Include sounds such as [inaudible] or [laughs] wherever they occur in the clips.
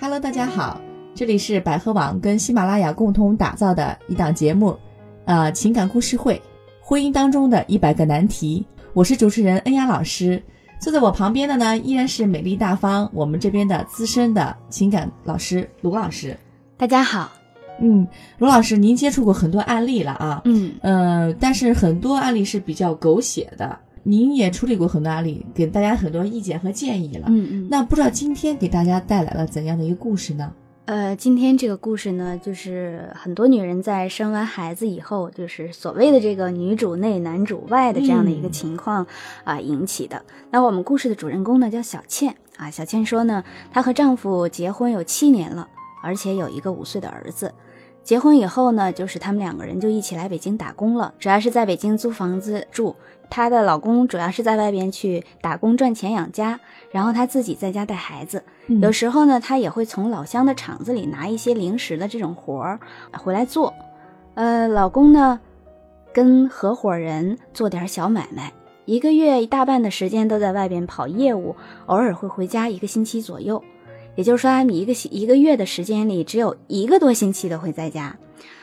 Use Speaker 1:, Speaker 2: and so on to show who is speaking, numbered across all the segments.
Speaker 1: Hello，大家好，这里是百合网跟喜马拉雅共同打造的一档节目，呃，情感故事会，婚姻当中的一百个难题。我是主持人恩雅老师，坐在我旁边的呢依然是美丽大方，我们这边的资深的情感老师卢老师。
Speaker 2: 大家好，
Speaker 1: 嗯，卢老师，您接触过很多案例了啊，
Speaker 2: 嗯，
Speaker 1: 呃，但是很多案例是比较狗血的，您也处理过很多案例，给大家很多意见和建议了。
Speaker 2: 嗯嗯，
Speaker 1: 那不知道今天给大家带来了怎样的一个故事呢？
Speaker 2: 呃，今天这个故事呢，就是很多女人在生完孩子以后，就是所谓的这个女主内男主外的这样的一个
Speaker 1: 嗯
Speaker 2: 情况啊、引起的。那我们故事的主人公呢叫小倩啊，小倩说呢，她和丈夫结婚有七年了，而且有一个五岁的儿子。结婚以后呢，就是他们两个人就一起来北京打工了，主要是在北京租房子住。她的老公主要是在外边去打工赚钱养家，然后她自己在家带孩子。
Speaker 1: 嗯
Speaker 2: 有时候呢，她也会从老乡的厂子里拿一些零食的这种活儿回来做。呃，老公呢，跟合伙人做点小买卖，一个月一大半的时间都在外边跑业务，偶尔会回家一个星期左右。也就是说，他们一个星一个月的时间里，只有一个多星期的会在家。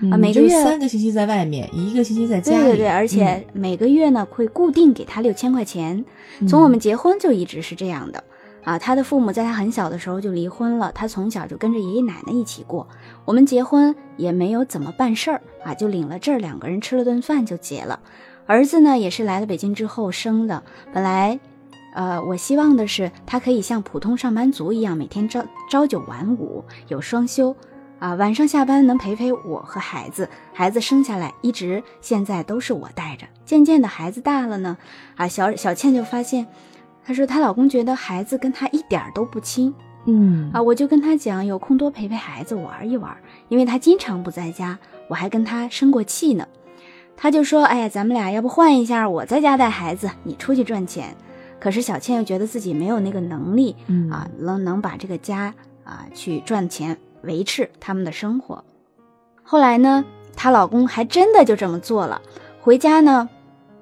Speaker 1: 嗯
Speaker 2: 啊每个
Speaker 1: 就
Speaker 2: 月
Speaker 1: 三个星期在外面，一个星期在家
Speaker 2: 对
Speaker 1: 里。嗯
Speaker 2: 对对，而且每个月呢会固定给他六千块钱，从我们结婚就一直是这样的。啊，他的父母在他很小的时候就离婚了，他从小就跟着爷爷奶奶一起过。我们结婚也没有怎么办事儿啊，就领了证儿，两个人吃了顿饭就结了。儿子呢也是来了北京之后生的，本来，呃，我希望的是他可以像普通上班族一样，每天朝朝九晚五，有双休，啊，晚上下班能陪陪我和孩子，孩子生下来一直现在都是我带着。渐渐的，孩子大了呢，啊，小小倩就发现，她说她老公觉得孩子跟她一点儿都不亲
Speaker 1: 嗯，嗯
Speaker 2: 啊。我就跟她讲，有空多陪陪孩子玩一玩，因为她经常不在家，我还跟她生过气呢。她就说，哎呀，咱们俩要不换一下，我在家带孩子，你出去赚钱。可是小倩又觉得自己没有那个能力，
Speaker 1: 嗯
Speaker 2: 啊，能能把这个家啊去赚钱维持他们的生活。后来呢，她老公还真的就这么做了。回家呢，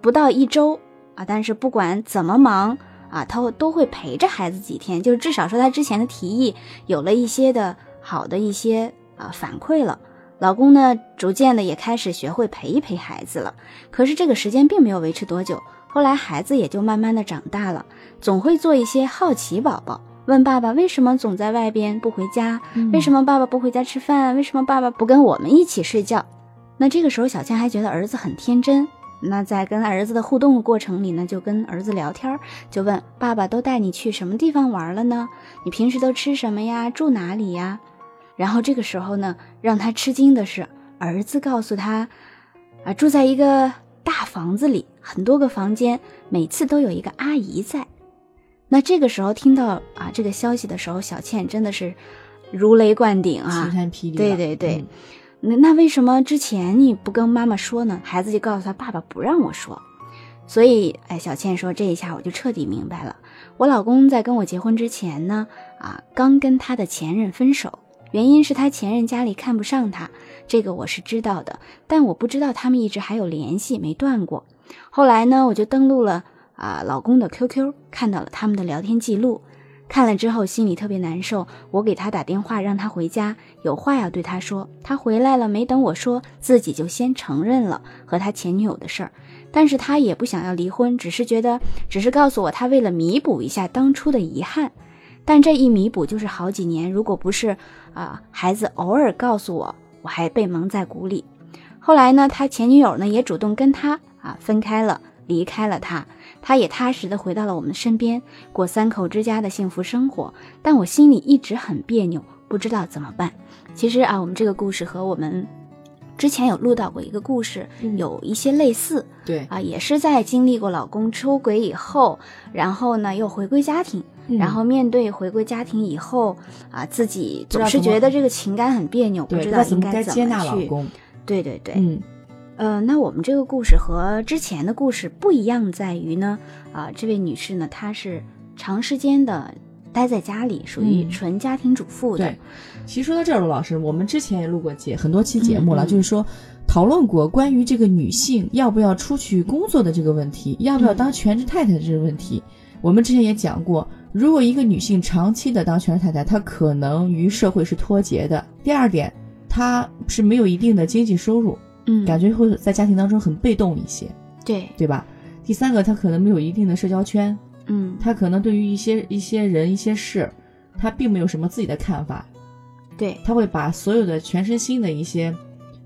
Speaker 2: 不到一周啊，但是不管怎么忙啊，她都会陪着孩子几天，就是至少说她之前的提议有了一些的好的一些啊反馈了。老公呢，逐渐的也开始学会陪一陪孩子了。可是这个时间并没有维持多久，后来孩子也就慢慢的长大了，总会做一些好奇宝宝，问爸爸为什么总在外边不回家，为什
Speaker 1: 么？
Speaker 2: 么爸爸不回家吃饭？为什么爸爸不跟我们一起睡觉？那这个时候，小倩还觉得儿子很天真。那在跟儿子的互动的过程里呢，就跟儿子聊天儿，就问爸爸都带你去什么地方玩了呢？你平时都吃什么呀？住哪里呀？然后这个时候呢，让他吃惊的是，儿子告诉他，啊，住在一个大房子里，很多个房间，每次都有一个阿姨在。那这个时候听到啊这个消息的时候，小倩真的是如雷贯顶啊
Speaker 1: 晴，天霹雳了。
Speaker 2: 对对对那那为什么之前你不跟妈妈说呢？孩子就告诉他爸爸不让我说，所以哎，小倩说这一下我就彻底明白了。我老公在跟我结婚之前呢，啊，刚跟他的前任分手，原因是他前任家里看不上他，这个我是知道的，但我不知道他们一直还有联系，没断过。后来呢，我就登录了啊老公的 QQ，看到了他们的聊天记录，看了之后心里特别难受。我给他打电话让他回家，有话要对他说。他回来了，没等我说，自己就先承认了和他前女友的事儿。但是他也不想要离婚，只是觉得，只是告诉我他为了弥补一下当初的遗憾。但这一弥补就是好几年，如果不是啊、孩子偶尔告诉我，我还被蒙在鼓里。后来呢，他前女友呢也主动跟他啊分开了，离开了他，他也踏实的回到了我们身边，过三口之家的幸福生活。但我心里一直很别扭，不知道怎么办。其实啊，我们这个故事和我们之前有录到过一个故事，
Speaker 1: 嗯
Speaker 2: 有一些类似。
Speaker 1: 对，
Speaker 2: 啊，也是在经历过老公出轨以后，然后呢又回归家庭，
Speaker 1: 嗯
Speaker 2: 然后面对回归家庭以后啊，自己
Speaker 1: 不知道
Speaker 2: 总是
Speaker 1: 怎么
Speaker 2: 觉得这个情感很别扭，不
Speaker 1: 对，
Speaker 2: 知
Speaker 1: 不
Speaker 2: 道
Speaker 1: 怎
Speaker 2: 应
Speaker 1: 么
Speaker 2: 该
Speaker 1: 接
Speaker 2: 怎
Speaker 1: 纳
Speaker 2: 么
Speaker 1: 老
Speaker 2: 去。
Speaker 1: 公。
Speaker 2: 对对对，
Speaker 1: 嗯
Speaker 2: 呃，那我们这个故事和之前的故事不一样在于呢，啊、这位女士呢，她是长时间的待在家里，属于
Speaker 1: 嗯
Speaker 2: 纯家庭主妇的。
Speaker 1: 对其实说到这儿，陆老师，我们之前也录过节很多期节目了，
Speaker 2: 嗯嗯
Speaker 1: 就是说讨论过关于
Speaker 2: 嗯
Speaker 1: 这个女性要不要出去工作的这个问题，要不要当全职太太的这个问题。我们之前也讲过，如果一个女性长期的当全职太太，她可能与社会是脱节的。第二点，她是没有一定的经济收入，
Speaker 2: 嗯，
Speaker 1: 感觉会在家庭当中很被动一些，
Speaker 2: 对，
Speaker 1: 对吧？第三个，她可能没有一定的社交圈，
Speaker 2: 嗯，
Speaker 1: 她可能对于一些一些人、一些事，她并没有什么自己的看法，
Speaker 2: 对，
Speaker 1: 她会把所有的全身心的一些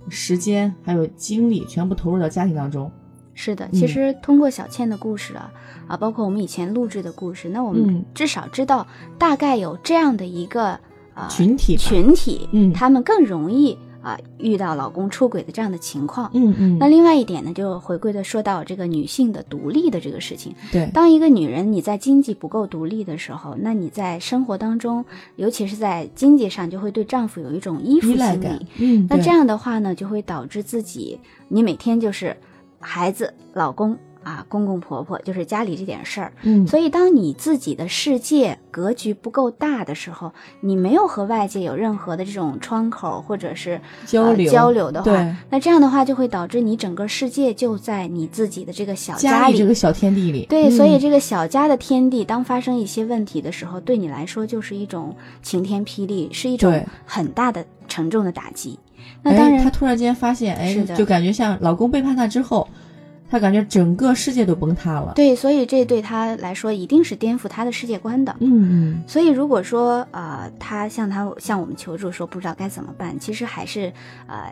Speaker 1: 时间还有精力全部投入到家庭当中。
Speaker 2: 是的。
Speaker 1: 嗯
Speaker 2: 其实通过小倩的故事啊，啊，包括我们以前录制的故事，那我们
Speaker 1: 嗯
Speaker 2: 至少知道大概有这样的一个啊、
Speaker 1: 群体吧
Speaker 2: 群体，
Speaker 1: 嗯
Speaker 2: 他们更容易啊、遇到老公出轨的这样的情况。
Speaker 1: 嗯嗯
Speaker 2: 那另外一点呢，就回归的说到这个女性的独立的这个事情。
Speaker 1: 对，
Speaker 2: 当一个女人你在经济不够独立的时候，那你在生活当中，尤其是在经济上，就会对丈夫有一种依附
Speaker 1: 依赖
Speaker 2: 心
Speaker 1: 感
Speaker 2: 理。。
Speaker 1: 嗯，
Speaker 2: 那
Speaker 1: 对
Speaker 2: 这样的话呢，就会导致自己，你每天就是孩子、老公啊、公公婆婆，就是家里这点事儿。
Speaker 1: 嗯，
Speaker 2: 所以，当你自己的世界格局不够大的时候，你没有和外界有任何的这种窗口，或者是
Speaker 1: 交
Speaker 2: 呃
Speaker 1: 流
Speaker 2: 交流的话，
Speaker 1: 对
Speaker 2: 那这样的话就会导致你整个世界就在你自己的这个小
Speaker 1: 家
Speaker 2: 里
Speaker 1: 里这个小天地里，
Speaker 2: 对，所以
Speaker 1: 嗯
Speaker 2: 这个小家的天地，当发生一些问题的时候，对你来说就是一种晴天霹雳，是一种
Speaker 1: 对
Speaker 2: 很大的沉重的打击。那
Speaker 1: 哎
Speaker 2: 当然
Speaker 1: 她，突然间发现，哎
Speaker 2: 是的，
Speaker 1: 就感觉像老公背叛她之后，她感觉整个世界都崩塌了。
Speaker 2: 对，所以
Speaker 1: 嗯
Speaker 2: 这对他来说一定是颠覆他的世界观的。
Speaker 1: 嗯嗯，，
Speaker 2: 所以，如果说呃，他向他向我们求助说不知道该怎么办，其实还是呃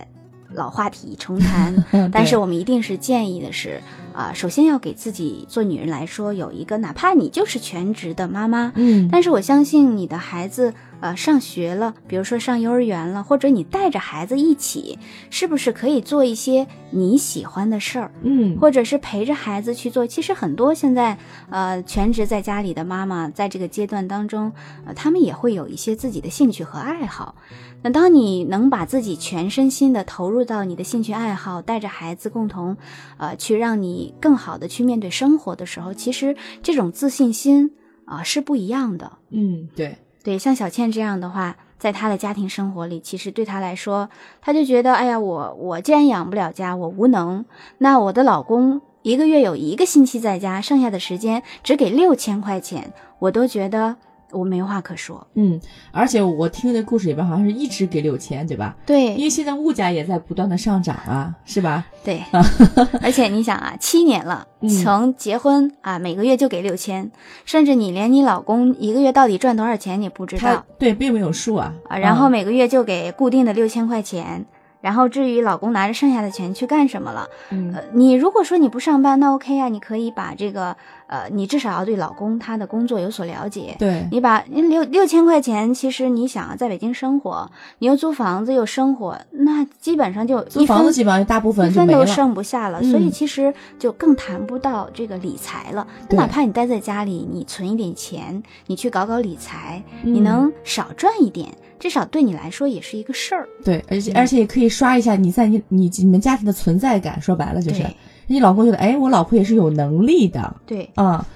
Speaker 2: 老话题重谈
Speaker 1: 嗯
Speaker 2: 但是
Speaker 1: [laughs] 对
Speaker 2: 我们一定是建议的是啊、首先要给自己做女人来说有一个，哪怕你就是全职的妈妈，
Speaker 1: 嗯，
Speaker 2: 但是我相信你的孩子，呃，上学了，比如说上幼儿园了，或者你带着孩子一起，是不是可以做一些你喜欢的事儿，
Speaker 1: 嗯，
Speaker 2: 或者是陪着孩子去做？其实很多现在，呃，全职在家里的妈妈，在这个阶段当中，呃，他们也会有一些自己的兴趣和爱好。那当你能把自己全身心的投入到你的兴趣爱好，带着孩子共同，呃，去让你更好的去面对生活的时候，其实这种自信心啊、是不一样的。
Speaker 1: 嗯，对，
Speaker 2: 对，像小倩这样的话，在她的家庭生活里，其实对她来说，她就觉得，哎呀，我我既然养不了家，我无能，那我的老公一个月有一个星期在家，剩下的时间只给六千块钱，我都觉得我没话可说。
Speaker 1: 嗯，而且我听的故事里边好像是一直给六千，对吧？因
Speaker 2: 对
Speaker 1: 为现在物价也在不断的上涨啊，是吧？
Speaker 2: 对， [laughs] 而且你想啊，七年了，
Speaker 1: 嗯
Speaker 2: 从结婚啊，每个月就给六千，甚至你连你老公一个月到底赚多少钱也不知
Speaker 1: 他
Speaker 2: 道。
Speaker 1: 对并没有数啊，
Speaker 2: 啊，然后
Speaker 1: 嗯
Speaker 2: 每个月就给固定的六千块钱。然后至于老公拿着剩下的钱去干什么了，呃
Speaker 1: 嗯，
Speaker 2: 你如果说你不上班，那 OK 啊，你可以把这个，呃，你至少要对老公他的工作有所了解。
Speaker 1: 对，
Speaker 2: 你把你六六千块钱，其实你想啊，在北京生活，你又租房子又生活，那基本上就
Speaker 1: 租
Speaker 2: 一
Speaker 1: 房
Speaker 2: 分
Speaker 1: 子基本上大部分
Speaker 2: 一
Speaker 1: 就
Speaker 2: 分
Speaker 1: 没
Speaker 2: 都
Speaker 1: 了。
Speaker 2: 剩不下了，
Speaker 1: 嗯
Speaker 2: 所以其实就更谈不到这个理财了。那
Speaker 1: 对
Speaker 2: 哪怕你待在家里，你存一点钱，你去搞搞理财，
Speaker 1: 嗯
Speaker 2: 你能少赚一点，至少对你来说也是一个事儿。
Speaker 1: 对，而
Speaker 2: 嗯
Speaker 1: 且而且也可以刷一下你在你你你们家庭的存在感，说白了就是
Speaker 2: 对
Speaker 1: 你老公觉得，哎，我老婆也是有能力的，
Speaker 2: 对，
Speaker 1: 啊、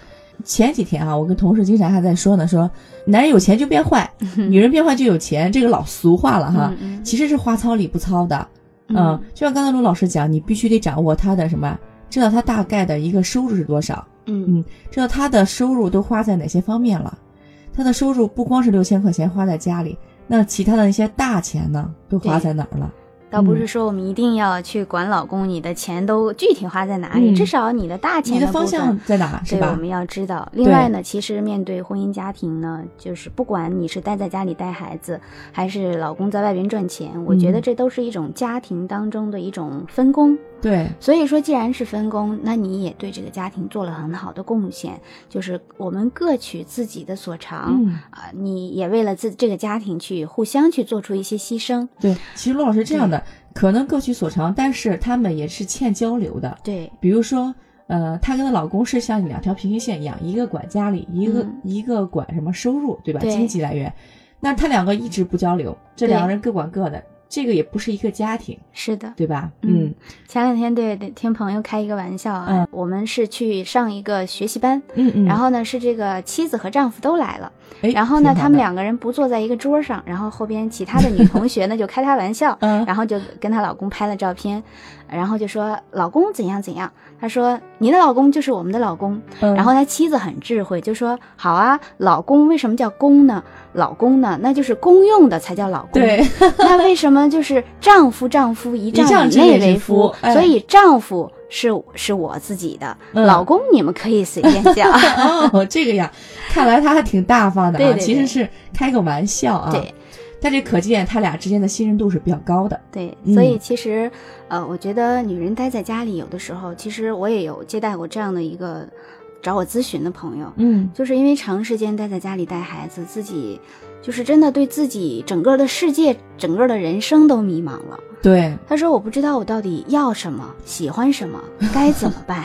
Speaker 1: 前几天啊，我跟同事经常还在说呢，说男人有钱就变坏，
Speaker 2: [laughs]
Speaker 1: 女人变坏就有钱，这个老俗话了哈，
Speaker 2: 嗯
Speaker 1: 其实是话糙理不糙的。
Speaker 2: 嗯
Speaker 1: 嗯，就像刚才卢老师讲，你必须得掌握他的什么，知道他大概的一个收入是多少，
Speaker 2: 嗯
Speaker 1: 知道他的收入都花在哪些方面了。他的收入不光是六千块钱花在家里，那其他的一些大钱呢，都花在哪儿了？
Speaker 2: 倒不
Speaker 1: 嗯
Speaker 2: 是说我们一定要去管老公，你的钱都具体花在哪里，
Speaker 1: 嗯
Speaker 2: 至少你的大钱
Speaker 1: 你的
Speaker 2: 部分
Speaker 1: 方向在哪？是
Speaker 2: 对，我
Speaker 1: 吧？
Speaker 2: 们要知道。另外呢，其实面对婚姻家庭呢，就是不管你是待在家里带孩子，还是老公在外边赚钱，我觉得
Speaker 1: 嗯
Speaker 2: 这都是一种家庭当中的一种分工。
Speaker 1: 对，
Speaker 2: 所以说，既然是分工，那你也对这个家庭做了很好的贡献，就是我们各取自己的所长。
Speaker 1: 嗯，
Speaker 2: 啊，你也为了自这个家庭去互相去做出一些牺牲，
Speaker 1: 对。其实陆老师这样的，可能各取所长，但是他们也是欠交流的。
Speaker 2: 对，
Speaker 1: 比如说，呃，她跟她老公是像两条平行线一样，一个管家里，一个、
Speaker 2: 嗯
Speaker 1: 一个管什么收入，对吧？
Speaker 2: 对
Speaker 1: 经济来源。那他两个一直不交流，这
Speaker 2: 对
Speaker 1: 两个人各管各的，这个也不是一个家庭，
Speaker 2: 是的。
Speaker 1: 对吧？
Speaker 2: 嗯
Speaker 1: 嗯
Speaker 2: 前两天对对听朋友开一个玩笑啊，
Speaker 1: 嗯
Speaker 2: 我们是去上一个学习班，
Speaker 1: 嗯嗯。
Speaker 2: 然后呢是这个妻子和丈夫都来了，
Speaker 1: 哎，
Speaker 2: 然后呢
Speaker 1: 挺好
Speaker 2: 他们
Speaker 1: 的，
Speaker 2: 两个人不坐在一个桌上，然后后边其他的女同学呢就开她玩笑，
Speaker 1: 嗯
Speaker 2: 然后就跟她老公拍了照片，然后就说老公怎样怎样，他说你的老公就是我们的老公。
Speaker 1: 嗯
Speaker 2: 然后他妻子很智慧，就说好啊，老公为什么叫公呢？老公呢，那就是公用的才叫老公。
Speaker 1: 对，
Speaker 2: 那为什么就是丈夫丈夫一
Speaker 1: 一丈
Speaker 2: 丈以
Speaker 1: 之
Speaker 2: 内
Speaker 1: 内
Speaker 2: 为
Speaker 1: 是夫
Speaker 2: 夫？
Speaker 1: 哎
Speaker 2: 所以丈夫是是我自己的，
Speaker 1: 嗯
Speaker 2: 老公你们可以随便
Speaker 1: [laughs]
Speaker 2: 叫。
Speaker 1: [laughs] 哦，这个呀，看来他还挺大方的啊，
Speaker 2: 对对对
Speaker 1: 其实是开个玩笑啊。
Speaker 2: 对，
Speaker 1: 但这可见他俩之间的信任度是比较高的。
Speaker 2: 对，
Speaker 1: 嗯
Speaker 2: 所以其实，呃，我觉得女人待在家里，有的时候，其实我也有接待过这样的一个找我咨询的朋友，
Speaker 1: 嗯，
Speaker 2: 就是因为长时间待在家里带孩子，自己就是真的对自己整个的世界、整个的人生都迷茫了。
Speaker 1: 对，
Speaker 2: 他说：“我不知道我到底要什么，喜欢什么，该怎么
Speaker 1: [laughs]
Speaker 2: 办。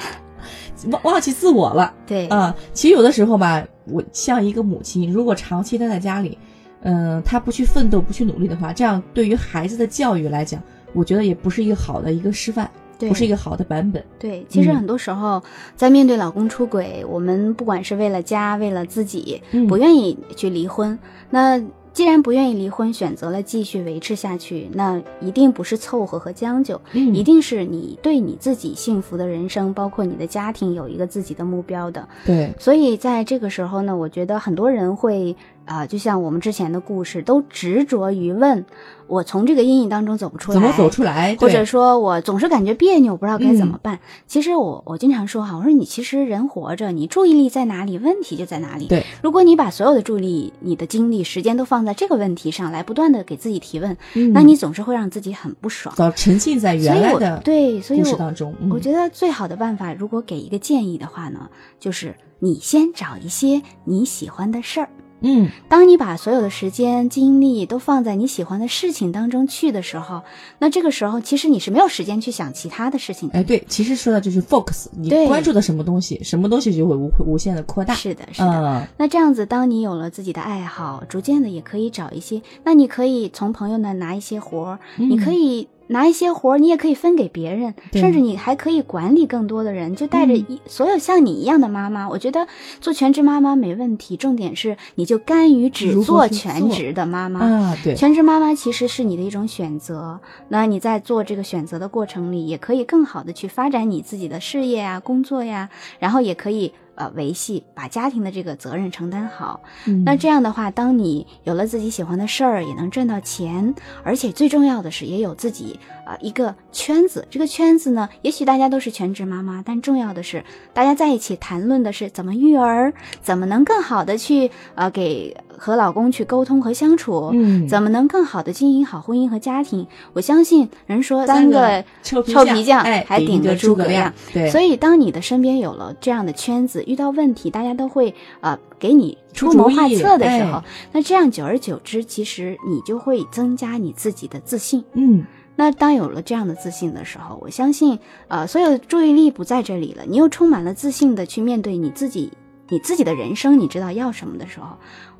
Speaker 1: 忘忘记自我了。”
Speaker 2: 对，
Speaker 1: 啊、其实有的时候吧，我像一个母亲，如果长期待在家里，嗯、她不去奋斗、不去努力的话，这样对于孩子的教育来讲，我觉得也不是一个好的一个示范，
Speaker 2: 对
Speaker 1: 不是一个好的版本。
Speaker 2: 对，其实
Speaker 1: 嗯
Speaker 2: 很多时候，在面对老公出轨，我们不管是为了家，为了自己，
Speaker 1: 嗯
Speaker 2: 不愿意去离婚。那既然不愿意离婚，选择了继续维持下去，那一定不是凑合和将就，
Speaker 1: 嗯
Speaker 2: 一定是你对你自己幸福的人生，包括你的家庭，有一个自己的目标的。
Speaker 1: 对，
Speaker 2: 所以在这个时候呢，我觉得很多人会啊、就像我们之前的故事，都执着于问我从这个阴影当中走不出来，
Speaker 1: 怎么走出来？
Speaker 2: 或者
Speaker 1: 对嗯
Speaker 2: 说我总是感觉别扭，不知道该怎么办。其实我我经常说哈，我说你其实人活着，你注意力在哪里，问题就在哪里。
Speaker 1: 对，
Speaker 2: 如果你把所有的注意力、你的精力、时间都放在这个问题上来，不断的给自己提问，
Speaker 1: 嗯
Speaker 2: 那你总是会让自己很不爽。
Speaker 1: 早沉浸在
Speaker 2: 所
Speaker 1: 原
Speaker 2: 以
Speaker 1: 来
Speaker 2: 我
Speaker 1: 的
Speaker 2: 对，所以
Speaker 1: 故事
Speaker 2: 我
Speaker 1: 当中，
Speaker 2: 我
Speaker 1: 嗯
Speaker 2: 觉得最好的办法，如果给一个建议的话呢，就是你先找一些你喜欢的事儿。
Speaker 1: 嗯，
Speaker 2: 当你把所有的时间、精力都放在你喜欢的事情当中去的时候，那这个时候其实你是没有时间去想其他的事情的。
Speaker 1: 哎，对，其实说的就是 focus，你
Speaker 2: 对
Speaker 1: 关注的什么东西，什么东西就会无无限的扩大。
Speaker 2: 是的，是的。
Speaker 1: 嗯，
Speaker 2: 那这样子，当你有了自己的爱好，逐渐的也可以找一些，那你可以从朋友那拿一些活儿，你可
Speaker 1: 以
Speaker 2: 以拿一些活儿，你也可以分给别人，
Speaker 1: 嗯对
Speaker 2: 甚至你还可以管理更多的人，就带着
Speaker 1: 嗯
Speaker 2: 一、所有像你一样的妈妈，我觉得做全职妈妈没问题，重点是你就甘于只
Speaker 1: 如何
Speaker 2: 做
Speaker 1: 去
Speaker 2: 全
Speaker 1: 做
Speaker 2: 职的妈妈。
Speaker 1: 啊，对，
Speaker 2: 全职妈妈其实是你的一种选择，那你在做这个选择的过程里，也可以更好的去发展你自己的事业啊、工作呀，然后也可以呃维系把家庭的这个责任承担好。
Speaker 1: 嗯
Speaker 2: 那这样的话，当你有了自己喜欢的事儿，也能赚到钱，而且最重要的是也有自己啊、呃一个圈子。这个圈子呢，也许大家都是全职妈妈，但重要的是大家在一起谈论的是怎么育儿，怎么能更好的去呃给和老公去沟通和相处。
Speaker 1: 嗯，
Speaker 2: 怎么能更好的经营好婚姻和家庭？我相信人说
Speaker 1: 三
Speaker 2: 个
Speaker 1: 个臭
Speaker 2: 臭皮匠
Speaker 1: 哎，
Speaker 2: 还顶
Speaker 1: 顶
Speaker 2: 个
Speaker 1: 诸
Speaker 2: 葛
Speaker 1: 葛
Speaker 2: 亮
Speaker 1: 亮，，对，
Speaker 2: 所以当你的身边有了这样的圈子，遇到问题大家都会呃给你出
Speaker 1: 出主
Speaker 2: 谋划
Speaker 1: 意
Speaker 2: 策的时候，
Speaker 1: 哎
Speaker 2: 那这样久而久之，其实你就会增加你自己的自信。
Speaker 1: 嗯，
Speaker 2: 那当有了这样的自信的时候，我相信呃所有注意力不在这里了，你又充满了自信的去面对你自己。你自己的人生，你知道要什么的时候，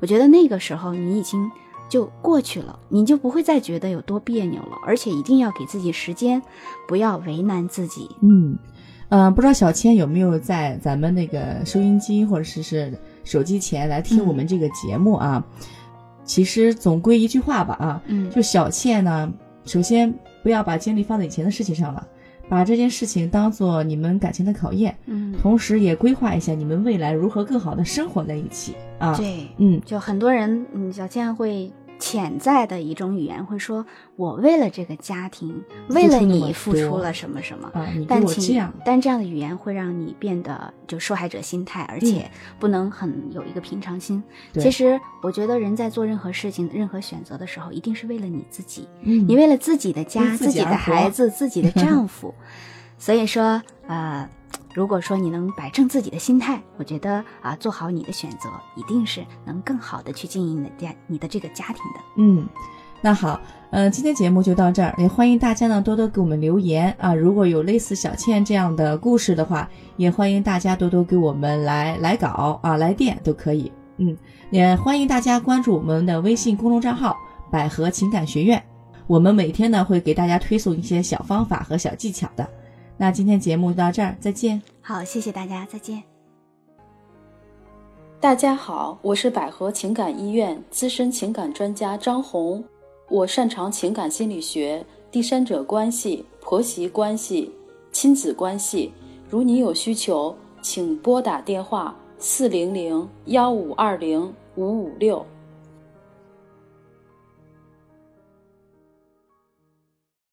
Speaker 2: 我觉得那个时候你已经就过去了，你就不会再觉得有多别扭了。而且一定要给自己时间，不要为难自己。
Speaker 1: 嗯，呃，不知道小千有没有在咱们那个收音机或者是是手机前来听
Speaker 2: 嗯
Speaker 1: 我们这个节目啊？其实总归一句话吧啊，
Speaker 2: 嗯，
Speaker 1: 就小倩呢，首先不要把精力放在以前的事情上了，把这件事情当做你们感情的考验，
Speaker 2: 嗯，
Speaker 1: 同时也规划一下你们未来如何更好的生活在一起啊。
Speaker 2: 对，
Speaker 1: 嗯，
Speaker 2: 就很多人，嗯，小倩会潜在的一种语言会说，我为了这个家庭，为了你付
Speaker 1: 付出那么多
Speaker 2: 出了什么什么。
Speaker 1: 啊，你给
Speaker 2: 但
Speaker 1: 我
Speaker 2: 请
Speaker 1: 这样，
Speaker 2: 但这样的语言会让你变得就受害者心态，而且不能很有一个平常心。
Speaker 1: 对
Speaker 2: 其实，我觉得人在做任何事情、任何选择的时候，一定是为了你自己，
Speaker 1: 嗯
Speaker 2: 你为了自己的家、
Speaker 1: 为
Speaker 2: 自
Speaker 1: 自
Speaker 2: 己
Speaker 1: 己
Speaker 2: 的
Speaker 1: 而
Speaker 2: 孩
Speaker 1: 活
Speaker 2: 子、自
Speaker 1: [laughs]
Speaker 2: 己的丈夫。所以说，呃，如果说你能摆正自己的心态，我觉得啊、做好你的选择，一定是能更好的去经营你的家、你的这个家庭的。
Speaker 1: 嗯，那好，嗯、今天节目就到这儿，也欢迎大家呢多多给我们留言啊。如果有类似小倩这样的故事的话，也欢迎大家多多给我们来来稿啊，来电都可以。嗯，也欢迎大家关注我们的微信公众账号“百合情感学院”，我们每天呢会给大家推送一些小方法和小技巧的。那今天节目就到这儿，再见。
Speaker 2: 好，谢谢大家，再见。
Speaker 3: 大家好，我是百合情感医院资深情感专家张红，我擅长情感心理学，第三者关系、婆媳关系、亲子关系。如你有需求，请拨打电话四零零幺五二零五五六。